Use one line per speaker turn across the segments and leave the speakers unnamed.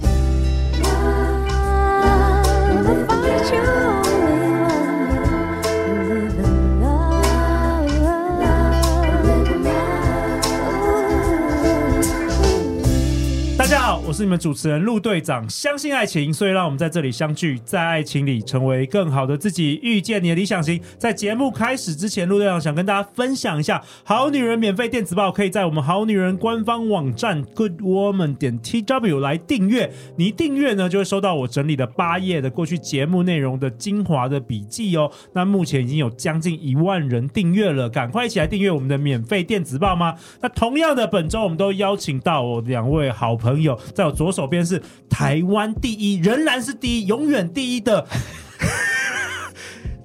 Love, find you only one. Live in love, live in love.
大家好，我是你们主持人陆队长。相信爱情，所以让我们在这里相聚，在爱情里成为更好的自己，遇见你的理想型。在节目开始之前，陆队长想跟大家分享一下《好女人》免费电子报，可以在我们好女人官方网站 Good Woman 点 T W 来订阅。你一订阅呢，就会收到我整理的八页的过去节目内容的精华的笔记哦。那目前已经有将近一万人订阅了，赶快一起来订阅我们的免费电子报吗？那同样的，本周我们都邀请到我两位好朋友，在我左手边是台湾第一，仍然是第一，永远第一 的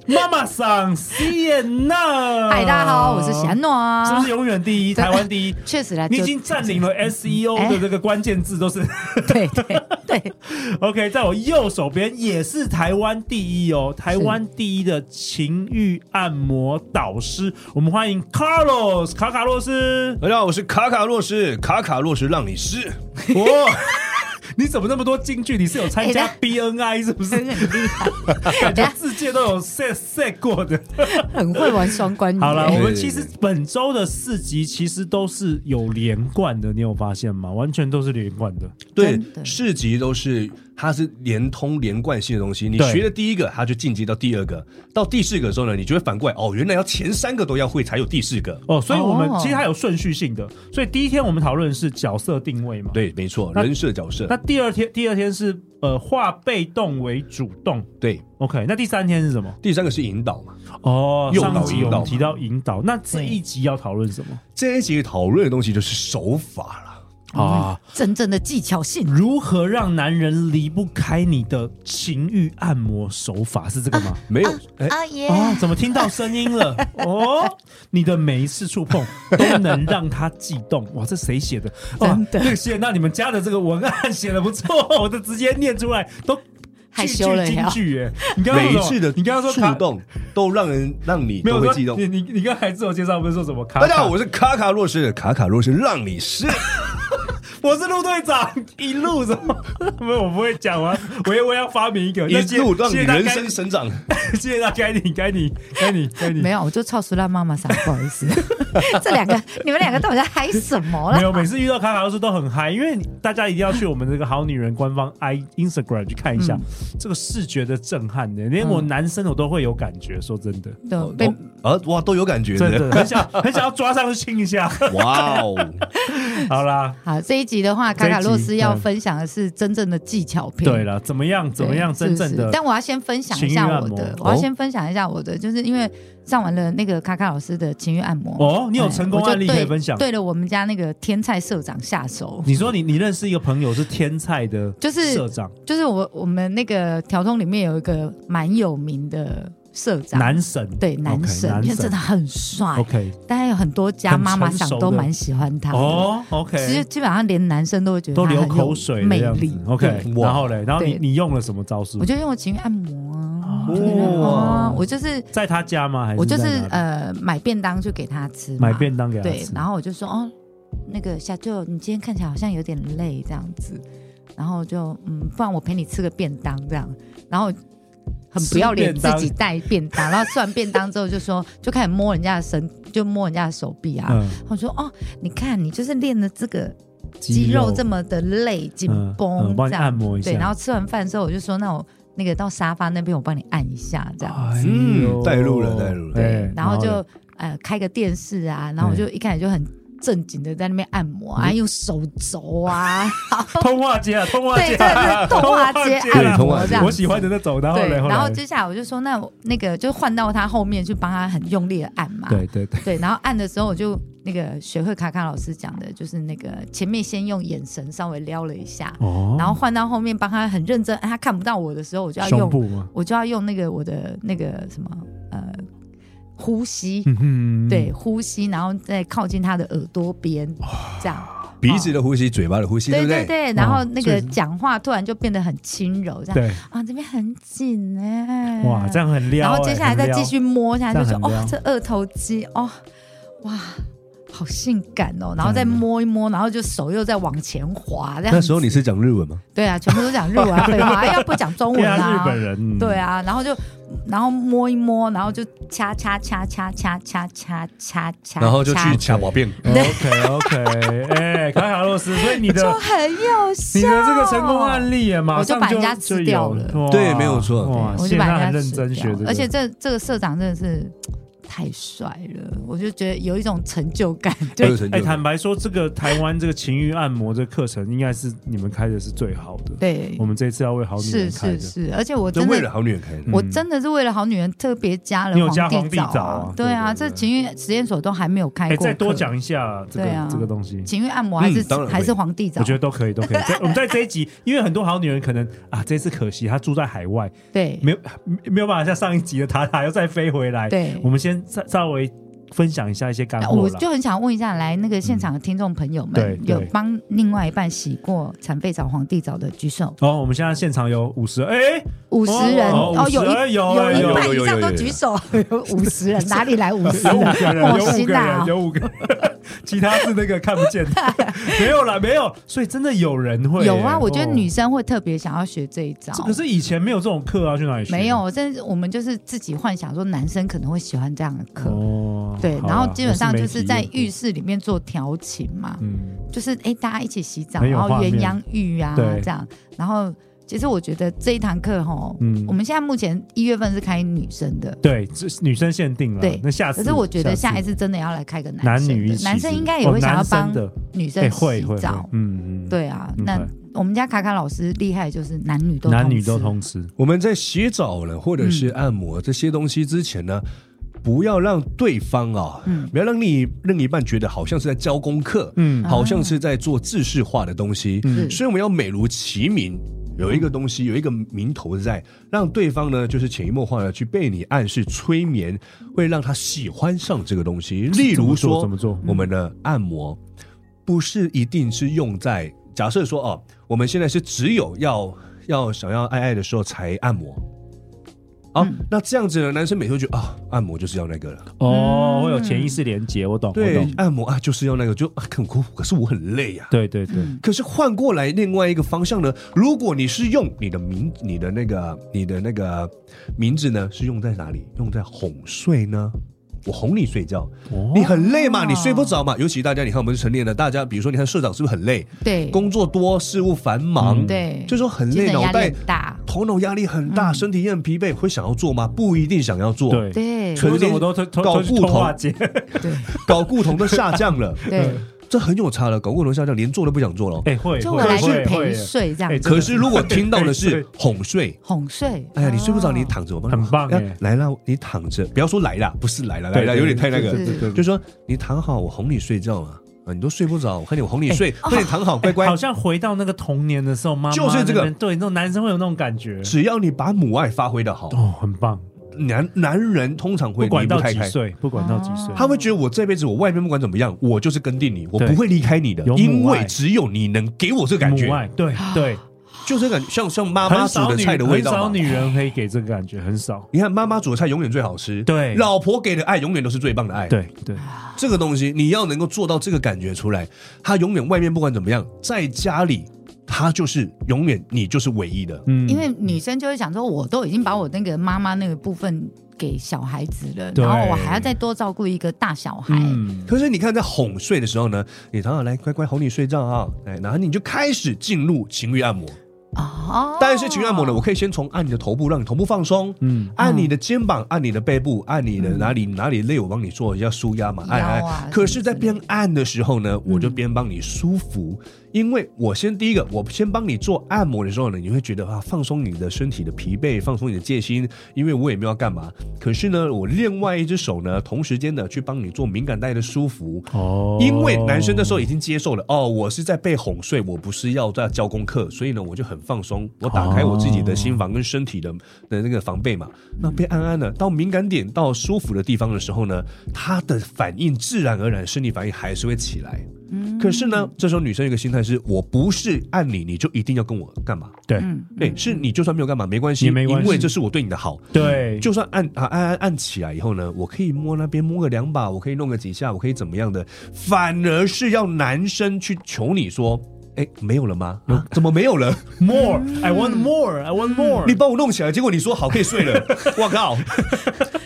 妈妈桑西耶娜。
嗨，大家好，我是喜安诺啊。
哦是不是永远第一，台湾 第一？
确实来，
你已经占领了 SEO 的这个关键字，都是。
就对对 对，
OK，在我右手边也是台湾第一哦，台湾第一的情欲按摩导师，我们欢迎 Carlos 卡卡洛斯。
大家好，我是卡卡洛斯，卡卡洛斯让 你湿。哦，
你怎么那么多京剧？你是有参加
哎
BNI 是不 是？
真的很厉害，
感觉
等下
世界都有 set set 过的。
嗯很会玩双关语。欸
好了，我们
对
其实本周的四集其实都是有连贯的，你有发现吗？完全都是连贯的。
对
真，的
市集都是它是连通连贯性的东西。你
对
学了第一个，它就晋级到第二个，到第四个的时候呢，你就会反过来哦，原来要前三个都要会才有第四个。
哦，所以我们
哦
其实它有顺序性的。所以第一天我们讨论的是角色定位嘛。
对，没错，
那
人设角色
那，第二天，第二天是呃化被动为主动。
对，
OK，那第三天是什么？
第三个是引导嘛。
哦
诱导
上集
引
我们
导嘛
提到引导，那这一集要讨论什么
这一集讨论的东西就是手法了。
啊？
真正的技巧性
如何让男人离不开你的情欲按摩手法是这个
啊
吗？
没有，哎、
Oh yeah.
哦，怎么听到声音 了？哦，你的每一次触碰都能让他悸动。哇，这谁写的？啊哇
真的
那个写，那你们家的这个文案写的不错，我都直接念出来，都
害羞了
句句金
要
句耶！你刚刚说什
每一
么
次的
你刚刚说
触
卡，
动都让人让你
没有
都会
说
激动
你。你你刚才自我介绍不是说什么卡卡？
大家好，我是卡卡洛斯，卡卡洛斯让你湿。
我是陆队长，一路怎么？ 没有，我不会讲完，我也我要发明一个，
一
那谢
路让你
谢谢大家
人生生长。
谢谢大家，该你，该你，该你，该你。
没有，我就超时烂妈妈桑，不好意思。 这两个，你们两个到底在嗨什
没
么啦？
有，每次遇到卡卡老师都很嗨，因为大家一定要去我们这个好女人官方 i Instagram 去看一
嗯
下、这个视觉的震撼的，连我男生我都会有感觉。说真的，
对，被
啊哇，都有感觉
真的很想很想要抓上去亲一 下。
哇哦，
好啦，
好这一集的话，卡卡洛
这一
斯
集
要
嗯
分享的是真正的技巧片。
对了，怎么样？怎么样？
对
真
是
正
不
的
是但我要先分享一
情欲
下
按
我的
摩，
我要
哦
先分享一下我的，就是因为上完了那个卡卡老师的情欲按摩。
哦，你有成功
哎我就
案例可
对
以分享？
对了，我们家那个天菜社长下手。
你说你你认识一个朋友是天菜的，
就是
社长，
就是我我们那个条通里面有一个蛮有名的社长，
男神，
对
OK，
男神，
男
因为真
神
的很帅，
，OK，
大概有很多家
很
妈妈
成
桑
熟
都
的
蛮喜欢他的。
哦
其实
，OK，
基本上连男生都会觉得
都
他
流
很有
口水的
魅
样子哦
力。
，OK
对。
哇
然后嘞，然后你
对
你用了什么招数
我？就用我情绪按摩啊，
哦
对啊我就是
在他家吗？还是
我就
在哪
是
里
呃买便当就给他吃嘛，
买便当给他
对
吃，，
然后我就说哦，那个小舅，你今天看起来好像有点累这样子，然后就嗯，不然我陪你吃个便当这样，然后很不要脸
吃便当
自己带便当，然后吃完便当之后就说就开始摸人家的身，就摸人家的手臂啊，
嗯，
我说哦，你看你就是练的这个
肌
肌
肉
肉这么的累紧
嗯嗯
绷
帮
这
你
样，
按摩一下，
对，然后吃完饭之后我就说那我那个到沙发那边我帮你按一下这样。
哎呦
嗯带入了带入了
哎
对，然后
嘞
就呃开个电视啊，然后我就一开始就很正经的在那边按摩啊，
嗯
用手肘啊，
通话接啊，通话接
对，
啊，
对，动画街按
对通
摩
话
这
街
样子，
我喜欢的那种， 然后
对，
嘞，
然后
嘞
接下来我就说，那我那个就换到他后面去帮他很用力的按嘛，
对对对，
对，然后按的时候我就那个学会卡卡老师讲的，就是那个前面先用眼神稍微撩了一下，
哦，
然后换到后面帮他很认真，哎他看不到我的时候，我就要
胸
用
部嘛，
我就要用那个我的那个什么呃呼吸，
嗯哼，
对，呼吸，然后再靠近他的耳朵边，这样。
鼻子的呼吸，嘴巴的呼吸，
对
不对？
对，然后
哦
那
所
个
以
讲话突然就变得很轻柔，这样
对，
啊，这边很紧哎、
哇，这样很撩，
然后接
哎
下来再继，续摸下去，
这
说
样很
哦
撩
哦，这二头肌哦，哇，好性感
嗯
哦，然后再摸一摸，然后就手又在往前滑，这样子
那时候你是讲日文吗？
对啊，全部都讲日文啊，废 话，要不讲中
对
文
啊，
啊，
日本人，嗯
对，啊，然后就然后摸一摸，然后就掐掐掐掐掐掐掐掐掐，
然后就去
掐
卡宝变，
OK OK，哎，卡卡洛斯，所以你
就
的
很有
你
效。
的这个成功案例也马上
我就把人家
就
吃掉了
有哇
对没有错
哇，
我就
现在
把
很
人家
认
吃
真学
掉
这个，
而且这这个社长真的是太帅了，我就觉得有一种成就感。
很
对，
有成
哎，
就感。
坦白说，这个台湾这个情欲按摩的课程，应该是你们开的是最好的。
对
我，们这次要为好女
是
人开
是
的，
是，而且我
就
真
为了
的。
好女人开的，
我真的是为了好女人特别加了
嗯你有加
皇
皇帝
枣
枣啊
对啊，
对对对
这情欲实验所都还没有开
哎，
过课。
再多讲一下这
对
个
啊
这个东西。
情欲按摩还是
嗯当然会
还是皇帝枣？
我觉得都可以，都可以。在我们在这一集，因为很多好女人可能啊，这次可惜她住在海外，
对
没有没没有办法像上一集的塔塔又再飞回来。
对
我。们先稍稍微分享一下一些干
那
货
我
啦。嗯
就很想问一下，来那个现场的听众朋友
对
们，
对
有帮另外一半洗过产废澡、皇帝澡的举手，
哦，我们现在现场有五十，哎，
五十人
哦
哦，有
50
一
有哎
有
有
一半
有有
以上都
有有
举手， 五十 人哪里来五十
有五个
人？
人，
莫
有五
西
个
娜
人，，有五个人，其他是那个看不见的，没有啦，没有。所以真的有人会
有
哎
啊，我觉得
哦
女生会特别想要学这一招。
这可是以前没有这种课啊，去哪里学？
没有，甚至我们就是自己幻想说男生可能会喜欢这样的课，
哦，
对，
好啦
然后基本上就是在
我是没体
浴
验
室里面做调情嘛
过，嗯，
就是哎、大家一起洗澡，
很有
然后
画面
鸳鸯浴啊
对
这样，然后其实我觉得这一堂课吼，
嗯
我们现在目前一月份是开女生的，
对，这是女生限定了。
对
那下次，
可是我觉得下一
次
次真的要来开个
男
生的
女一起
男生
是
应该也会
哦
想要
男生
帮
的
女生
哎会
洗
会会
澡，
嗯嗯，
对啊，
嗯
那
对
我们家卡卡老师厉害，就是男女都
男女
通
都
吃，
通吃。
我们在洗澡呢，或者是
嗯
按摩这些东西之前呢，不要让对方啊，
嗯
不要让你另一半觉得好像是在教功课，
嗯
好像是在做制式化的东西，
嗯
所以我们要美如其名。有一个东西，有一个名头在，让对方呢，就是潜移默化的去被你暗示催眠，会让他喜欢上这个东西。例
怎
如说，
么做怎么做嗯
我们的按摩不是一定是用在假设说哦，我们现在是只有要要想要爱爱的时候才按摩。啊，
嗯
那这样子呢，男生每次会觉得啊，按摩就是要那个了，
哦，会有潜意识连接，我懂，我
对
懂，，
按摩啊就是要那个，就啊，可可可是我很累啊呀、
对对对，
嗯
可是换过来另外一个方向呢，如果你是用你的名、你的那个、你的那个名字呢，是用在哪里？用在哄睡呢？我哄你睡觉，
哦
你很累嘛，你睡不着嘛。尤其大家，你看我们是成年人，大家比如说，你看社长是不是很累？
对
工作多，事务繁忙，
嗯
对，
就说很
精
累，
神
脑
压力
袋
很大，
头脑压力很大，身体也很疲惫，会想要做吗？不一定想要做。
对
对
纯
为什么我都偷偷偷去
搞不
偷
同
化解？
对
睾固酮都下降了，
对，
这很有差了。睾固酮下降，连做都不想做了。
哎，会，
就
会
我来去
会
陪
会
睡这样
哎
子，
可是如果听到 的是哄睡。
哄睡。
哎呀，你睡不着，你躺着，我帮你
很棒哎
哎来啦，你躺着，不要说来啦，不是来啦，来
对
啦，
对
有点太那
对
个，
对对对
就说你躺好，我哄你睡觉嘛。啊，你都睡不着，我看你我哄你睡，快点躺好，乖乖
哎好。像回到那个童年的时候，妈妈
就是这个
那边对，那种男生会有那种感觉，
只要你把母爱发挥的好，
哦，很棒，
男男人通常会
不管
离不
到
太
几
开。
岁，不管到几
哦
岁，
他会觉得我这辈子我外面不管怎么样，我就是跟定你，我
对
不会离开你的
有，母
因为
爱
只有你能给我这个感
母
觉，
爱，对对，
就这感觉像像妈妈
很
煮
少
的
女
菜的味
很少
道嘛。
女人可以给这个感觉，很少，
你看妈妈煮的菜永远最好吃，
对
老婆给的爱永远都是最棒的爱。，
对对，
这个东西你要能够做到这个感觉出来，他永远外面不管怎么样，在家里他就是永远你就是唯一的。
嗯
因为女生就会想说，我都已经把我那个妈妈那个部分给小孩子了，
对
然后我还要再多照顾一个大小孩，
嗯，
可是你看，在哄睡的时候呢，你常常来乖乖哄你睡觉啊，哎，然后你就开始进入情欲按摩。
哦，
但是情绪按摩呢，我可以先从按你的头部，让你头部放松，
嗯
嗯，按你的肩膀，按你的背部，
嗯
按你的哪里哪里累，我帮你做一下舒压嘛，按按。
腰啊
可是，在
什么之类
边按的时候呢，我就边帮你舒服，因为我先第一个，我先帮你做按摩的时候呢，你会觉得啊，放松你的身体的疲惫，放松你的戒心，因为我也没有要干嘛。可是呢，我另外一只手呢，同时间的去帮你做敏感带的舒服，
哦
因为男生那时候已经接受了，哦，我是在被哄睡，我不是要在教功课，所以呢，我就很放松，我打开我自己的心房跟身体的的那个防备嘛。那被安安的到敏感点到舒服的地方的时候呢，他的反应自然而然生理反应还是会起来。
嗯
可是呢，这时候女生有一个心态是：我不是按你，你就一定要跟我干嘛？
对
嗯，
对，是你就算没有干嘛没关系，
也没关系
因为这是我对你的好。
对，
就算按啊按按按起来以后呢，我可以摸那边摸个两把，我可以弄个几下，我可以怎么样的，反而是要男生去求你说，哎，没有了吗？啊怎么没有了？
more I want more I want more，
你帮我弄起来，结果你说好可以睡了，我靠！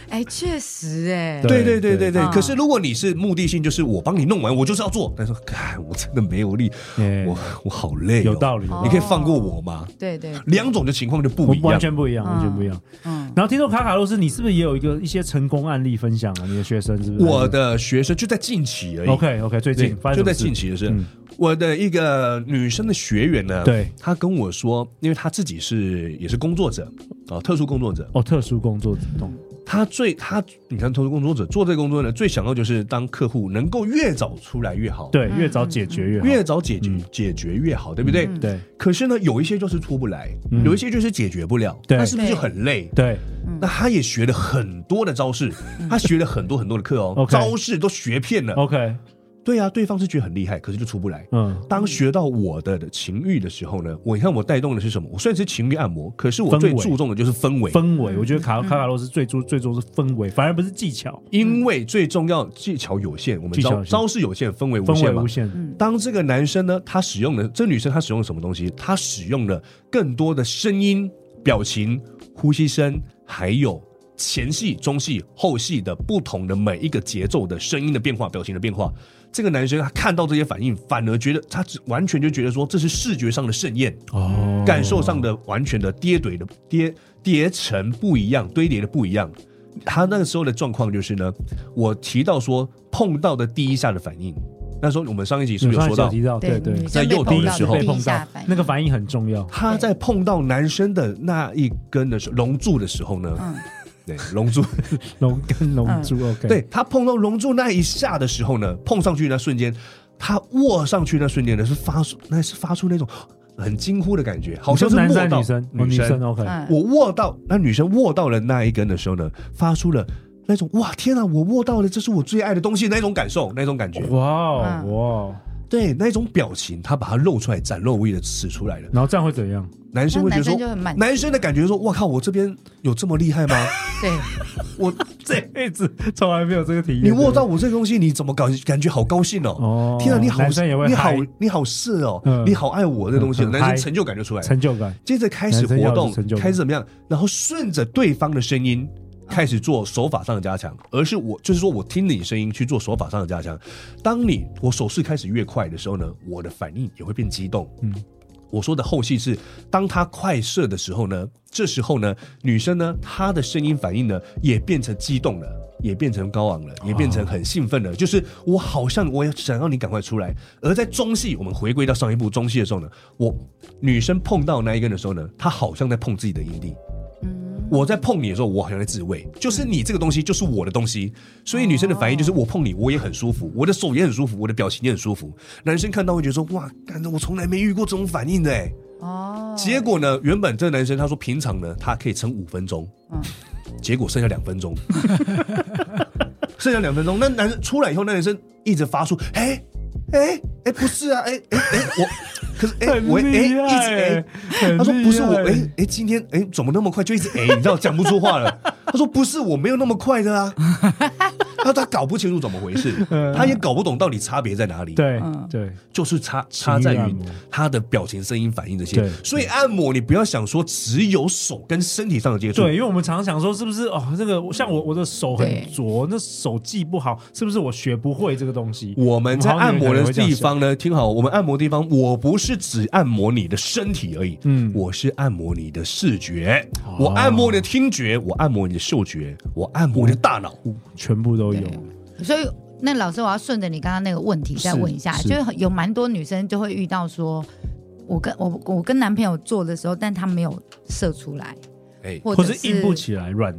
哎，确实哎，
对对对对对。
嗯
可是如果你是目的性，就是我帮你弄完，我就是要做，但是看我真的没有力，
哎
我我好累、
有道
理，
理，
哦
你可以放过我吗？
对对，对
两种的情况就不一
完
样。
全不一样，完全不一样。
嗯，
然后听说卡卡洛斯，你是不是也有一个一些成功案例分享啊？你的学生是不是？
我的学生就在近期而已。
OK OK，最
对
近发生
就
什么
在
事
近期的是
嗯，
我的一个女生的学员呢，
对，
她跟我说，因为她自己是也是工作者啊，特殊工作者，
哦，特殊工作者懂
她最她你看特殊工作者做这个工作呢，最想要就是当客户能够越早出来越好，，
对，
嗯
越早解决越好。嗯
越早解决解决越好，对不对？
嗯
对
可是呢，有一些就是出不来，
嗯
有一些就是解决不了，
对
那是不是就很累？
对，
那她也学了很多的招式，她学了很多很多的课哦，
OK 哦
招式都学遍了。
OK，
对啊，对方是觉得很厉害，可是就出不来。
嗯，
当学到我的情欲的时候呢，我你看我带动的是什么？我虽然是情欲按摩，可是我最
氛围
注重的就是氛围，
氛围，我觉得
嗯
卡卡卡洛斯最注最重是氛围，反而不是技巧，
因为最重要技巧有限，我们
技巧
招
有限
招式有限，氛围无
氛围
限嘛
无。限。
嗯
当这个男生呢，他使用的这女生她使用了什么东西？她使用了更多的声音、表情、呼吸声，还有前戏、中戏、后戏的不同的每一个节奏的声音的变化、表情的变化。这个男生他看到这些反应，反而觉得他只完全就觉得说这是视觉上的盛宴，
哦
感受上的完全的跌怼的跌叠成不一样，堆叠的不一样。他那个时候的状况就是呢，我提到说碰到的第一下的反应，那时候我们上一集是不是有
嗯上
说
一集有
到
提，到，对
哦对
对
女，
在
生被
幼
碰
童的
到
时候
被
第一
碰
下
到
反应
那个反应很重要。
他在碰到男生的那一根的时候，龙柱的时候呢，
嗯
对 龙柱，
龙跟龙珠，OK，
对他碰到龙柱那一下的时候呢，碰上去那瞬间，他握上去那瞬间呢，是发出那是发出那种很惊呼的感觉，好
你
像
说
是
男
握
生
到
女生哦女生 OK，
嗯，
我握到那女生握到了那一根的时候呢，发出了那种哇天啊，我握到了，这是我最爱的东西那种感受，那种感觉，
哇哦
嗯
哇哦，
对那种表情，他把它露出来，展露无遗的使出来了。
然后这样会怎样？
男生会觉
那
得
男生就
说
很满，足
男生的感觉说，哇靠，我这边有这么厉害吗？
对，
我
这辈子从来没有这个体验。
你握到我这个东西，你怎么感感觉好高兴哦？
哦，
天啊，你好
男生也，会
你好
嗨，
你好色哦，
嗯
你好爱我这东西，
嗯
哦
很
男生
嗨
成就感就出来了。
成就感，
接着开始
男
活
生要
动
有成就，感
开始怎么样？然后顺着对方的声音开始做手法上的加强，而是我就是说我听你声音去做手法上的加强。当你我手势开始越快的时候呢，我的反应也会变激动。
嗯，
我说的后戏是，当他快射的时候呢，这时候呢，女生呢她的声音反应呢也变成激动了。也变成高昂了，也变成很兴奋了。就是我好像我也想要你赶快出来。而在中戏，我们回归到上一部中戏的时候呢，我女生碰到那一根的时候呢，她好像在碰自己的阴蒂。我在碰你的时候，我好像在自慰，就是你这个东西就是我的东西，所以女生的反应就是我碰你，我也很舒服，我的手也很舒服，我的表情也很舒服。男生看到会觉得说，哇，感觉我从来没遇过这种反应的哎。
哦，
结果呢，原本这个男生他说平常呢，他可以撑五分钟，
嗯
结果剩下两分钟， 剩下两分钟，那男生出来以后，那男生一直发出，哎哎哎，不是啊，哎哎哎，我可是哎我哎
很
一
厉
直哎
害，。 很
他说
厉
不是我，
害
哎、哎、今天哎、怎么那么快就一直哎、你知道讲不出话了。 他说不是我没有那么快的啊，他说他搞不清楚怎么回事，
嗯
他也搞不懂到底差别在哪里。，
对
嗯
对，
就是差差
情
在
欲按
于
摩
他的表情、声音、反应这些
对。
所以按摩你不要想说只有手跟身体上的接触，
对，因为我们常想说，是不是哦？这个像我我的手
对
很拙，那手技不好，是不是我学不会这个东西？
我们在按摩的地方呢，听好，我们按摩的地方，我不是只按摩你的身体而已，
嗯哦
我是按摩你的视觉，我按摩你的听觉，我按摩你的嗅觉，我按摩你的大脑。
全部都有，
所以那老师，我要顺着你刚刚那个问题再问一下，
是是
就是有蛮多女生就会遇到说，我跟我我跟男朋友做的时候，但他没有射出来，
哎，
或
或
者
是硬不起来，软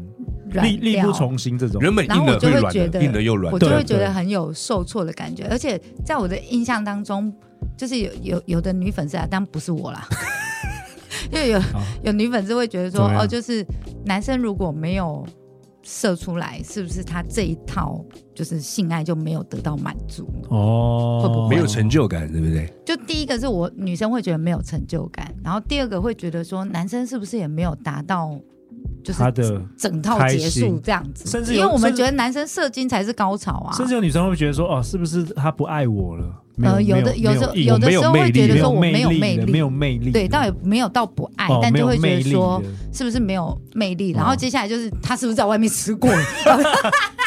软
力力
掉
不从心这种。
原本
然后
硬
我
的
就
会
会
软
觉
的，
得
硬的又软
我
的。
就
对
会觉
对
得很有受挫的感觉。而且在我的印象当中，就是有有有的女粉丝啊，当然不是我啦。因为有有女粉丝会觉得说
怎么，样
哦，就是男生如果没有射出来，是不是他这一套就是性爱就没有得到满足？
哦，
会不会
没有成就感，对不对？
就第一个是我女生会觉得没有成就感，然后第二个会觉得说男生是不是也没有达到，就是
他的，
整套
开
结束
心
这样子，
甚至有
因为我们
甚至
觉得男生射精才是高潮啊，
甚至有女生会觉得说，哦，是不是他不爱我了？没
呃有的
没有
有的
没意义
有的时候会觉得
没
说
有
我没有
魅
魅
力了，
力，
没有魅力了，
对，倒也没有到不爱，
哦
但就会
没有魅
觉得
力
说
了
是不是没有魅力？
哦
然后接下来就是他是不是在外面吃 过？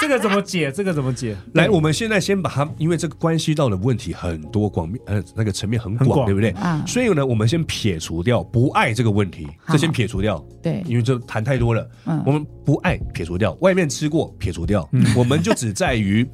这个怎么解？这个怎么解？
来，我们现在先把它，因为这个关系到的问题很多广面，呃，那个层面很
很广
广，对不对？
啊，
所以呢，我们先撇除掉不爱这个问题，
好
这先撇除掉，
对，
因为这谈太多了。我
嗯，
们不爱撇除掉，外面吃过撇除掉
嗯，
我们就只在于，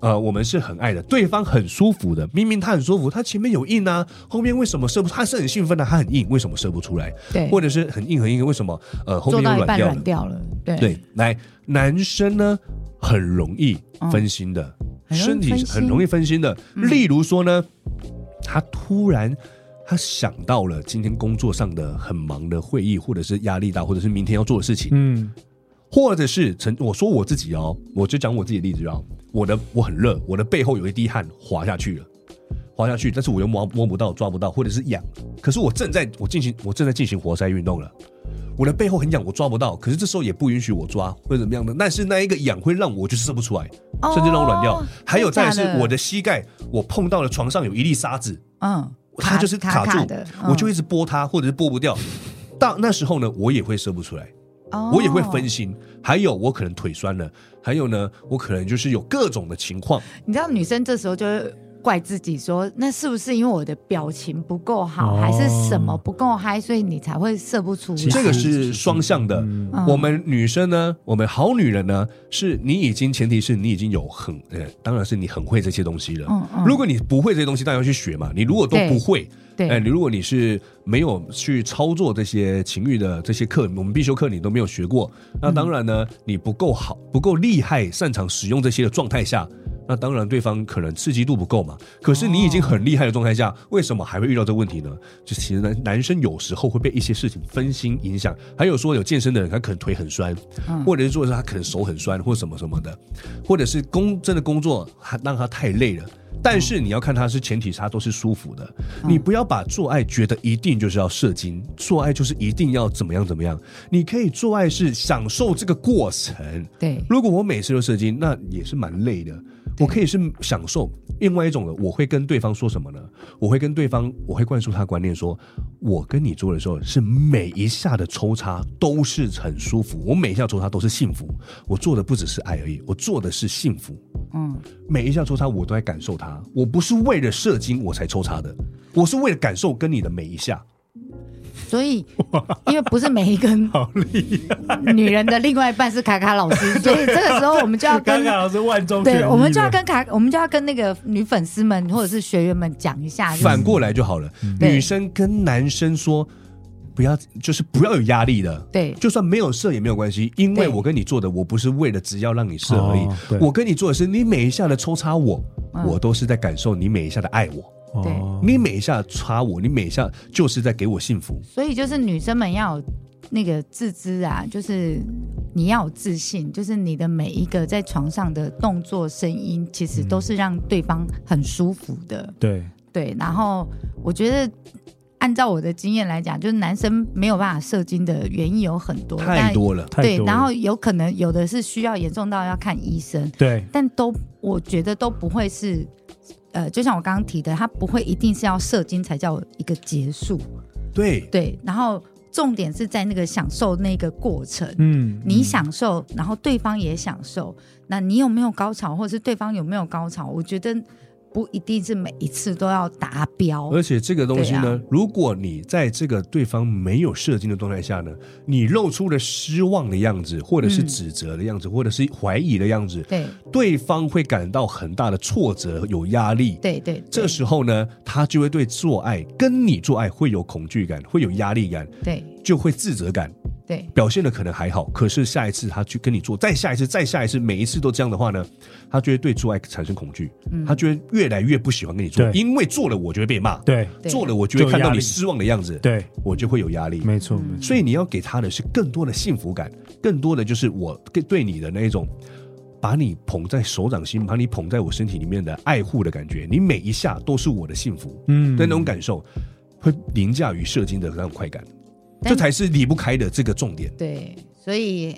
呃，我们是很爱的，对方很舒服的，明明他很舒服，他前面有硬啊，后面为什么射不？他是很兴奋的，他很硬，为什么射不出来？
对，
或者是很硬很硬，为什么呃后
做
面
到
又
一
软
半
掉了
软？掉了，对，
对，来，男生呢很容易
嗯
分心的，
很容易
身体
分
是
心
很容易分心的。
嗯
例如说呢，他突然他想到了今天工作上的很忙的会议，或者是压力大，或者是明天要做的事情，
嗯，
或者是曾我说我自己哦，我就讲我自己的例子哦，我的我很热，我的背后有一滴汗滑下去了。滑下去，但是我又摸摸不到、抓不到，或者是痒。可是我正在我进行我正在进行活塞运动了，我的背后很痒，我抓不到。可是这时候也不允许我抓或者怎么样的，但是那一个痒会让我就是射不出来，
哦
甚至让我软掉。还有再来是
真假的
我的膝盖，我碰到了床上有一粒沙子，
嗯，
它就是卡住，
的，
我就
嗯
一直拨它，或者是拨不掉。到那时候呢，我也会射不出来。我也会
哦
分。心，还有我可能腿酸了，还有呢，我可能就是有各种的情况，
你知道女生这时候就会怪自己说，那是不是因为我的表情不够好，
哦
还是什么不够嗨，所以你才会射不出来？
其实
这个是双向的。
嗯
嗯
我们女生呢，我们好女人呢，是你已经前提是你已经有很呃，当然是你很会这些东西了。
嗯嗯
如果你不会这些东西，当然要去学嘛。你如果都不会，
对
哎、你如果你是没有去操作这些情欲的这些课，我们必修课你都没有学过，
嗯
那当然呢，你不够好，不够厉害，擅长使用这些的状态下，那当然对方可能刺激度不够嘛。可是你已经很厉害的状态下，为什么还会遇到这个问题呢？就其实男男生有时候会被一些事情分心影响，还有说有健身的人，他可能腿很酸，
嗯
或者是说是他可能手很酸，或什么什么的，或者是工真的工作他让他太累了。但是你要看他是前提，他都是舒服的。你不要把做爱觉得一定就是要射精，做爱就是一定要怎么样怎么样。你可以做爱是享受这个过程。
对
如果我每次都射精，那也是蛮累的。我可以是享受另外一种的，我会跟对方说什么呢？我会跟对方，我会灌输他观念说，我跟你做的时候是每一下的抽插都是很舒服，我每一下抽插都是幸福，我做的不只是爱而已，我做的是幸福。
嗯，
每一下抽插我都在感受它，我不是为了射精我才抽插的，我是为了感受跟你的每一下。
所以因为不是每一 个
好厉害！
女人的另外一半是卡卡老师， 所以这个时候我们就要
刚
跟
刚。老师万中选一
对，
了
我们就要跟卡，我们就要跟那个女粉丝们或者是学员们讲一下，就是
反过来就好了，
对
女生跟男生说，不要就是不要有压力的，
对
就算没有射也没有关系，因为
对
我跟你做的，我不是为了只要让你射而已
哦，对
我跟你做的是你每一下的抽插我，
嗯
我都是在感受你每一下的爱我，
对
哦
你每一下插我，你每一下就是在给我幸福。
所以就是女生们要有那个自知啊，就是你要有自信，就是你的每一个在床上的动作、声音，其实都是让对方很舒服的。
对
对，然后我觉得。按照我的经验来讲，就是男生没有办法射精的原因有很多，
太多了，
太
但对，
多了
然后有可能有的是需要严重到要看医生，
对
但都我觉得都不会是，呃，就像我刚刚提的，他不会一定是要射精才叫一个结束，
对，
对，然后重点是在那个享受那个过程，
嗯，
你享受，然后对方也享受。那你有没有高潮，或者是对方有没有高潮？我觉得不一定是每一次都要达标。
而且这个东西呢，
对啊
如果你在这个对方没有射精的状态下呢，你露出了失望的样子，或者是
嗯
指责的样子，或者是怀疑的样子，
对
对方会感到很大的挫折，有压力。
对对，
这时候呢，他就会对做爱跟你做爱会有恐惧感，会有压力感，
对
就会自责感，
对，
表现的可能还好，可是下一次他去跟你做，再下一次，再下一次，每一次都这样的话呢，他就会对做爱产生恐惧，
嗯
他就会越来越不喜欢跟你做，
对
因为做了我就会被骂，
对
对
做了我就会看
就有
到
压
你
力
失望的样子，，
对，
我就会有压力。
没错，
嗯
没错
所以你要给他的是更多的幸福感，更多的就是我对对你的那一种，把你捧在手掌心，把你捧在我身体里面的爱护的感觉，你每一下都是我的幸福，
嗯
的那种感受，会凌驾于射精的那种快感，
但
这才是离不开的这个重点。
对，所以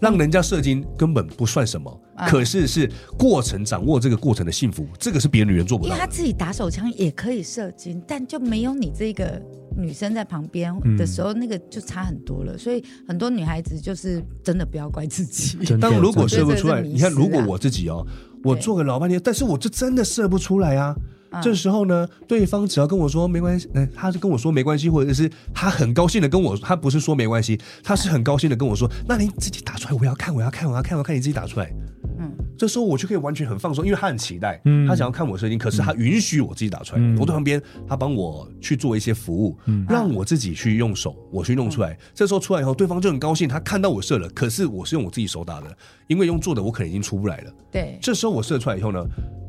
让人家射精根本不算什么，
啊
可是是过程掌握这个过程的幸福，这个是别的女人做不
因
到
为他
的。
自己打手枪也可以射精，但就没有你这个女生在旁边
嗯
的时候，那个就差很多了。所以很多女孩子就是真的不要怪 自己。
真的
但如果射不
这
出来，
这是
你看，
迷思啊
如果我自己哦，我
对
做个老半天，但是我就真的射不出来啊。这时候呢，对方只要跟我说没关系，呃，他是跟我说没关系，或者是他很高兴的跟我，他不是说没关系，他是很高兴的跟我说，那你自己打出来，我要看，我要看，我要看，我要看你自己打出来。
嗯
这时候我就可以完全很放松，因为他很期待，
嗯
他想要看我射精，可是他允许我自己打出来。
嗯
我在旁边，他帮我去做一些服务，让我自己去用手，我去弄出来。这时候出来以后，对方就很高兴，他看到我射了，可是我是用我自己手打的，因为用做的我可能已经出不来了。
对，
这时候我射出来以后呢，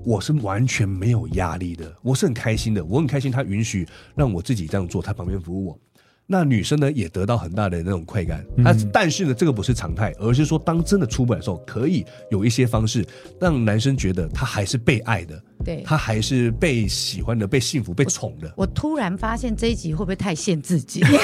我是完全没有压力的，我是很开心的，我很开心他允许让我自己这样做，他旁边服务我。那女生呢也得到很大的那种快感，
嗯
她、但是呢这个不是常态，而是说当真的出不来的时候，可以有一些方式让男生觉得他还是被爱的，
对
他还是被喜欢的、被幸福、被宠的。
我突然发现这一集会不会太限制自己？ 因为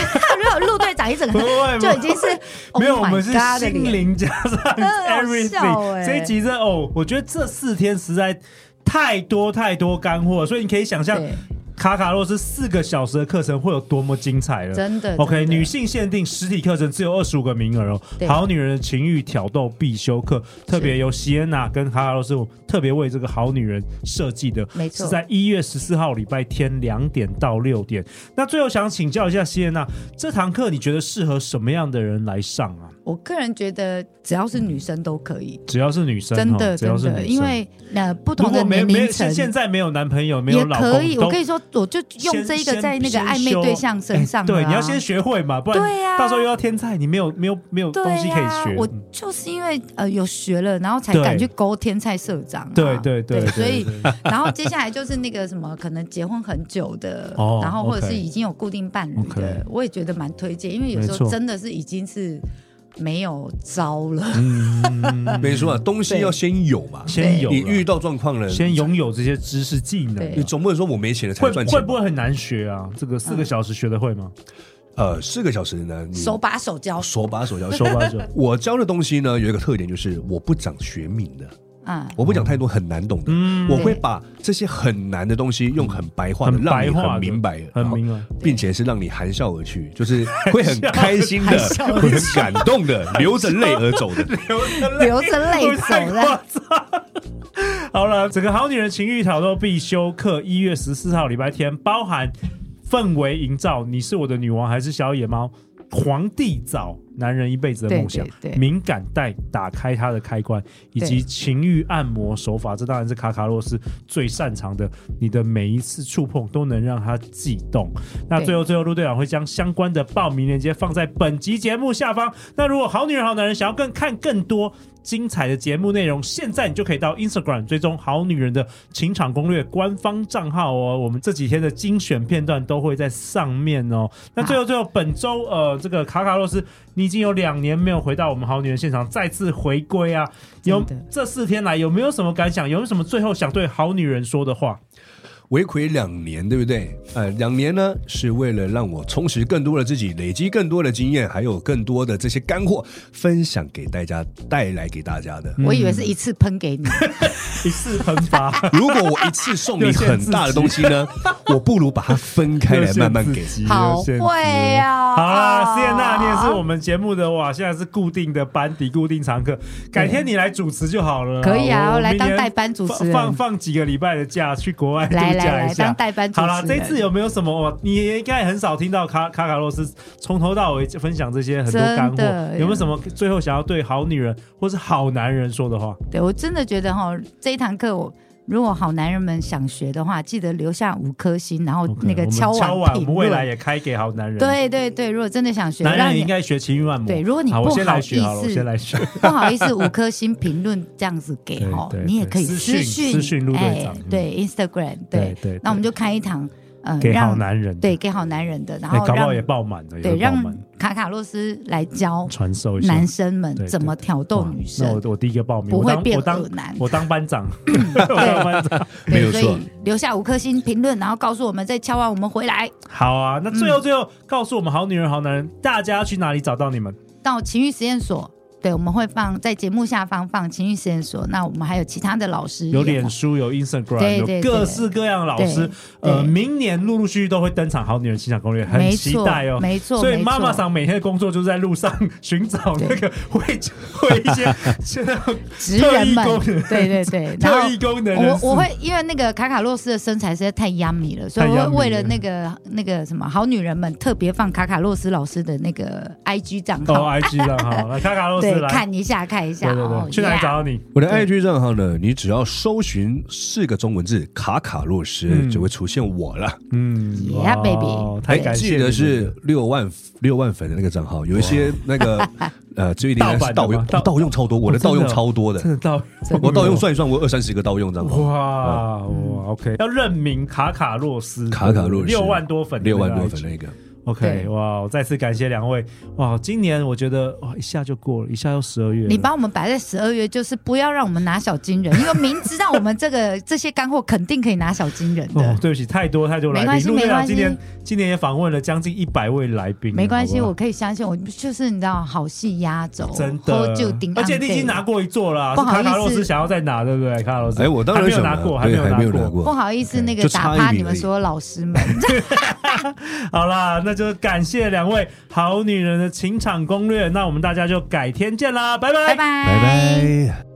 如果陆队长一整
不
个
会
就已经是
没有，
Oh
我
my
们是
God 的
心
脸。
灵加上
很好笑
everything。
欸
这一集真的哦，我觉得这四天实在太多太多干货了，所以你可以想象
对
卡卡洛斯四个小时的课程会有多么精彩了。
真的
OK，
真的
女性限定实体课程只有二十五个名额哦，
对
《好女人的情欲挑逗必修课》，特别由席安娜跟卡卡洛斯我特别为这个好女人设计的，
没错
是在一月十四号礼拜天两点到六点。那最后想请教一下席安娜，这堂课你觉得适合什么样的人来上啊？
我个人觉得，只要是女生都可以，
只要是女生，
真
哦
的
只要
真
是女
的，
生，
因为呃不
如
同
果
的
没
年
没
龄
有现
层
现在没有男朋友，没有
也
老公，
可以。我
都
跟你说，我就用
先
这一个
先
在那个
先
暧昧对
修
象
哎
身上、啊
对，你要先学会嘛，不然
对啊
到时候又要天菜，你没有没有没有
对啊
东西可以学。
我
嗯
就是因为呃有学了，然后才
对
敢去勾天菜社长、啊。
对对对对
所以然后接下来就是那个什么，可能结婚很久的，
哦
然后或者
OK
是已经有固定伴侣的
OK
我也觉得蛮推荐，因为有时
没
候
错
真的是已经是没有招了。
嗯
没错啊，东西
对
要先有嘛，
先有
你遇
到
到状况了，
先拥有这些知识技能
对
你，总不能说我没钱了才
会
赚钱
会
吧
不会很难学啊？这个四个小时学得会吗？
呃，四个小时呢，你
手把手教
手 把手教
手把手
我教的东西呢，有一个特点就是我不讲学名的，
啊，
我不讲太多很难懂的，
哦嗯
我会把这些很难的东西用很白话的，
很
让
白
你
话
很
的
明白，
很
然后
明白
并且是让你含笑而去，就是会很开 心的，会很感动的，流着泪而走的。
流着泪走了。
好了，整个《好女人情欲挑逗必修课》一月十四号礼拜天，包含氛围营造，你是我的女王还是小野猫？皇帝澡，男人一辈子的梦想，
对对对
敏感带打开它的开关，以及情欲按摩手法，这当然是卡卡洛斯最擅长的。你的每一次触碰都能让它悸动。那
对
最后，最后陆队长会将相关的报名链接放在本集节目下方。那如果好女人、好男人想要更看更多精彩的节目内容，现在你就可以到 Instagram 追踪《好女人的情场攻略》官方账号哦。我们这几天的精选片段都会在上面哦。那最后，最后本周呃，这个卡卡洛斯，你已经有两年没有回到我们好女人现场，再次回归啊。有
真的
这四天来有没有什么感想？有没有什么最后想对好女人说的话？
违魁两年，对不对？呃，两年呢是为了让我充实更多的自己，累积更多的经验，还有更多的这些干货分享给大家，带来给大家的。
嗯
我以为是一次 喷给你，
一次喷发。
如果我一次送你很大的东西呢，我不如把它分开来慢慢给。
好会啊！
好啦，
哦
谢娜，你也是我们节目的哇，现在是固定的班底、固定常客，改天你来主持就好了啦。
可以啊
我我
来
明年
当代班主持人
放放放几个礼拜的假去国外度假
来
一下。
来来当代班主持
好
人
啦，这次有没有什么？哦哇你也应该很少听到卡卡卡洛斯从头到尾分享这些很多干
真的
货，有没有什么最后想要对好女人或是好男人说的话？
对我真的觉得哈，这一堂课我如果好男人们想学的话，记得留下五颗星，然后
OK，
那
我
个
们
敲
敲
碗
我
评
们未来
论。
也开给好男人。，
对对对，如果真的想学，
男
让
人也应
你
该学情欲按摩。
对如果你
好，
不
我先来
好
学好了，
意
我
思
先来学。
不好意思，五颗星评论这样子给哦
对对，
你也可以
对
私
私讯
讯
私讯陆队长嗯
哎对 Instagram，对，
对
那我们就开一堂，呃，
给好
让
男人，
对给好男人的，然
哎，
后
搞不好
让
也爆满了，也
对
爆
让
满
卡卡洛斯来教
传授一下
男生们
对对
怎么挑逗
哇
女
那
生，
我我第一个报名，
不
我
会
当
变
我当
恶男。
我当班 长，我当班长。
没
对，
有
所
错
以留下五颗星评论，然后告诉我们，再敲完我们回来
好啊，那最后最后告诉我们好女人好男人，大家去哪里找到你们？
到情欲实验所。对，我们会放在节目下方放情欲实验所。那我们还有其他的老师也
有脸书，有 Instagram，
对对
有
对
各式各样的老师
对。
呃，
对
明年陆陆续续都会登场《好女人情场攻略》，很
没
期
错
待哦。
没错，
所以
没错嗯
妈妈桑每天的工作就是在路上寻找那个会会一些现在
职人
特异
们
功能，
对 对对， 然
特
后
异功能人
我
士
我会因为那个卡卡洛斯的身材实在太 yummy 了，所以我
太 yummy 了
会为了那个那个什么好女人们特别放卡卡洛斯老师的那个 IG 账
哦
号，
IG 上好，来卡卡洛斯
对，
来，
看一下看一下
对对
哦
对，，去哪里
yeah
找到你？
我的 IG 账号呢，你只要搜寻四个中文字“卡卡洛斯”，
嗯
就会出现我了。
嗯
Yeah,
哇
baby
太感谢
哎记
你
得
们
是六万六万粉的那个账号，有一些那 个呃，只有一点
盗
是
版
盗
的吗
用，
盗
盗用超多，我的
哦真的
盗
哦
用超多的
真，的到
我盗用算一算，我有二三十个盗用账号。
哇哇，OK，要认明卡卡洛斯，
卡卡洛斯
六万多粉，
六万多
对
粉
不对。
那个，
OK，
对
哇，我再次感谢两位。哇，今年我觉得哇，一下就过了，一下又十二月了。
你把我们摆在十二月，就是不要让我们拿小金人，因为明知道我们这个 这些干货肯定可以拿小金人
哦
的，，
对不起，太多太多
没
来
关
宾。
系
陆队长今
没
年
关
今年也访问了将近一百位来宾了，啊
没关系，
好不
我
好
可以相信，我就是你知道，好戏压轴，
真
就
的
顶，，
而且你已经拿。过一座了啊，
不
是
好
卡
意思
卡洛斯想要再拿，对不对？卡卡洛斯，
哎，我当
还
然
没有
想
拿
了
过，还没
对
有
还
拿
没有拿
过。
不
过。
好意思，那个
就
打
差一
趴
名
你们
而已
所有老 师们，
好啦，那就感谢两位好女人的情场攻略，那我们大家就改天见啦，拜拜
拜
拜拜。